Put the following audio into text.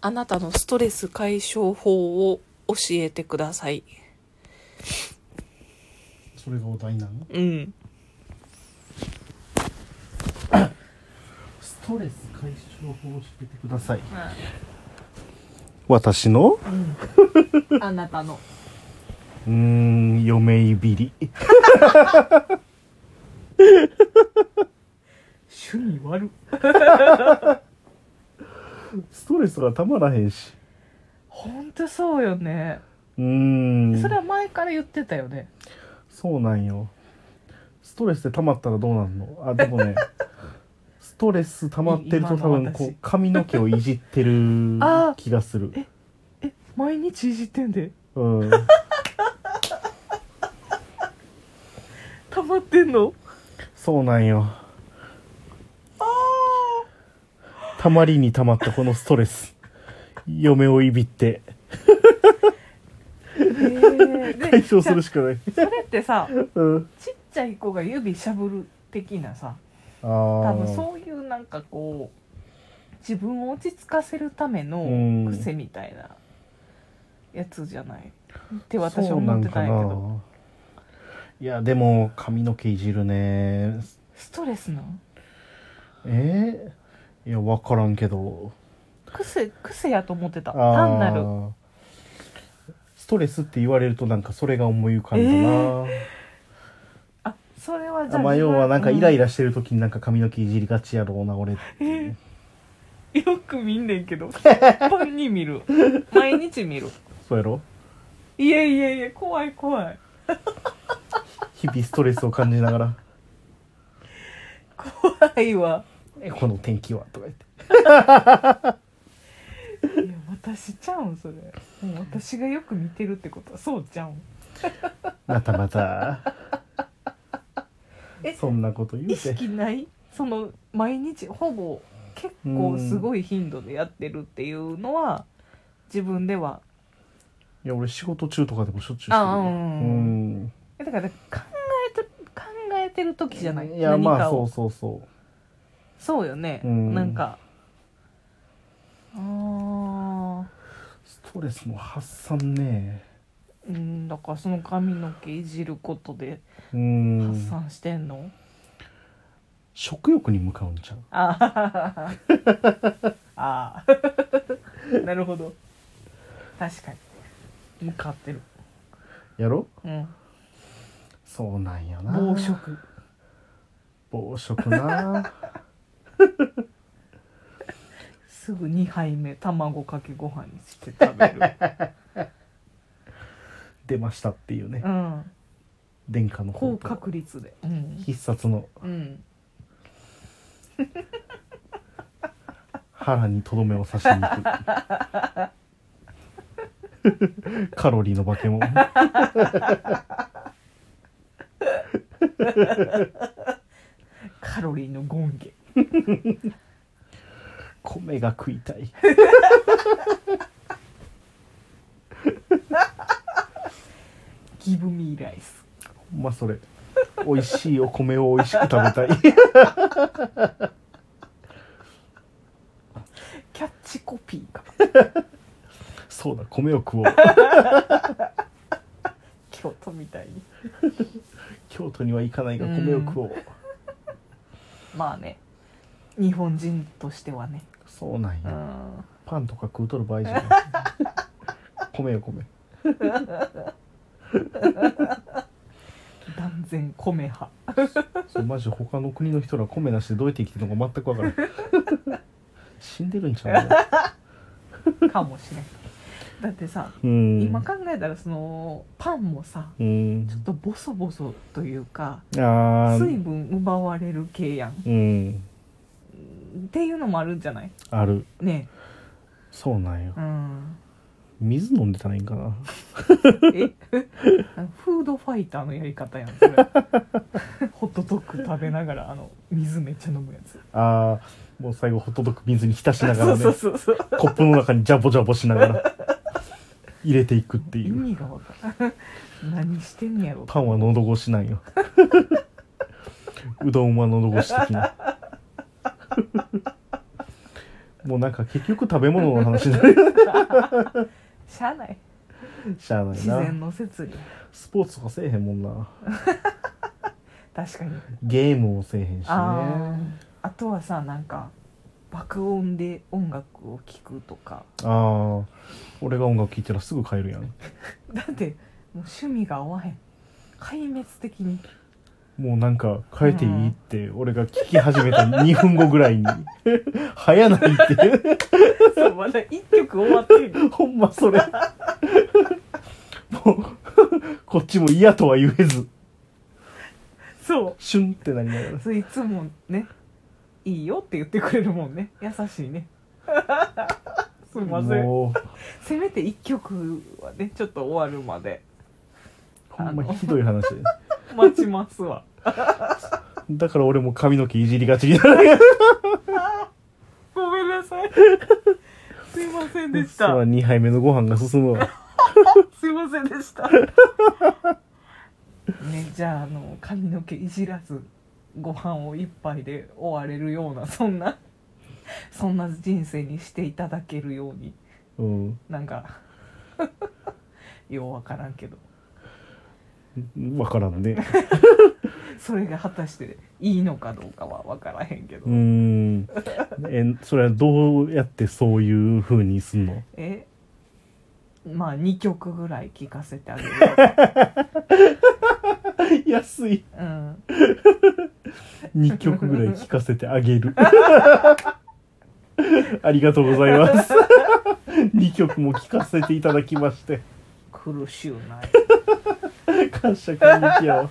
あなたのストレス解消法を教えてください。それがお題なのうん。ストレス解消法を教えてください私のあなたの。うーん嫁いびり趣味悪。ストレスがたまらへんしほんとそうよね。うーんそれは前から言ってたよね。そうなんよストレスで溜まったらどうなんのあでもねストレス溜まってると多今の分私こう髪の毛をいじってるあー気がするええ、毎日いじってんで。うん溜まってんのそうなんよたまりにたまったこのストレス嫁をいびってえー、で 解消するしかない、それってさ、うん、ちっちゃい子が指しゃぶる的なさ、あ多多分そういうなんかこう、自分を落ち着かせるためのうん癖みたいなやつじゃないって私は思ってたんやけそうど。なんかないやでも髪の毛いじるねストレスなんえー、いや分からんけど癖、癖やと思ってた。あー単なる。ストレスって言われるとなんかそれが思い浮かんだな、えあ、それはじゃあ。まあ要はなんかイライラ。ラしてる時になんか髪の毛いじりがちやろうな俺っていうえーよく見んねんけ ど。頻繁に見る。毎日見る。そうやろいやいやいや、怖い怖い。日々ストレスを感じながら怖いわ。 「えこの天気は」とか言っていや、私ちゃうん、それ。もう私がよく見てるってことは、そうちゃうん。 「またまた え」そんなこと言意うて識ないその、毎日、ほぼ、結構すごい頻度でやってるっていうのは、自分では。いや俺仕事中とかでもしょっちゅうしてるあうよんうんえだから、考えて、考えてる時じゃない。いや何かをまあそうそうそうそうよね、うんなんかあーストレスの発散ねうんだからその髪の毛いじることでうん発散してんの、食欲に向かうんちゃうあ ーあー なるほど確かに向かってる、やろうん、そうなんよな暴食暴食 なすぐ2杯目卵かけご飯にして食 べる、出ましたっていうねうん、殿下の高方と確率でうん、必殺のうん、腹にとどめを刺しに 行くカロリーの化け物カロリーの権限米が食いたいギブミーライスほんまそれ美味しいお米を美味しく食 べたいキャッチコピーかそうだ米を食おう京都みたいに京都には行かないが米を食おうまあね日本人としてはねそうなんうやんパンとか食うとる場合 じゃない米よ米断然米派そうマジ他の国の人ら米なしでどうやって生きてるのか全く分からん死んでるんちゃうのかもしれんだってさ うん今考えたらそのパンもさうんちょっとボソボソというかああ水分奪われる系やんうんっていうのもあるんじゃないあるねそうなんよえうん水飲んでたらいいんかなえフードファイターのやり方やんそ れホットドッグ食べながらあの水めっちゃ飲むやつあーもう最後ホットドッグ水に浸しながらね そうそうそうそうコップの中にジャボジャボしながら入れていくってい意う味がわからん 何してんやろパンは喉越しなんよ うどんは喉越し的な もうなんか結局食べ物の話になるしゃあない しゃあない自な然の摂理スポーツとかせえへんもんな確かにゲームもせえへんしあねああとはさなんか爆音で音楽を聴くとかああ俺が音楽聴いたらすぐ帰るやんだってもう趣味が合わへん壊滅的にもうなんか変えていいって俺が聞き始めた2分後ぐらいに 早ないってそうまだ1曲終わってる ほんまそれもうこっちも嫌とは言えずそシュンってなりながらうそういつもねいいよって言ってくれるもんね優しいね すいませんもうせめて1曲はねちょっと終わるまでほんまひどい話待ちますわだから俺も髪の毛いじりがちになるごめんな さいすいませんでしそたら2杯目のご飯が進むわすいませんでしたねじゃああの髪の毛いじらずご飯を一杯で終われるようなそんなそんな人生にしていただけるようにうんなんか ようわからんけど分からんねそれが果たしていいのかどうかはわからへんけど、うーんえそれはどうやってそういう風にすんのえまあ2曲ぐらい聴かせてあげる安いうん2曲ぐらい聴かせてあげるありがとうございます2曲も聴かせていただきまして苦しゅうない感謝感激やわ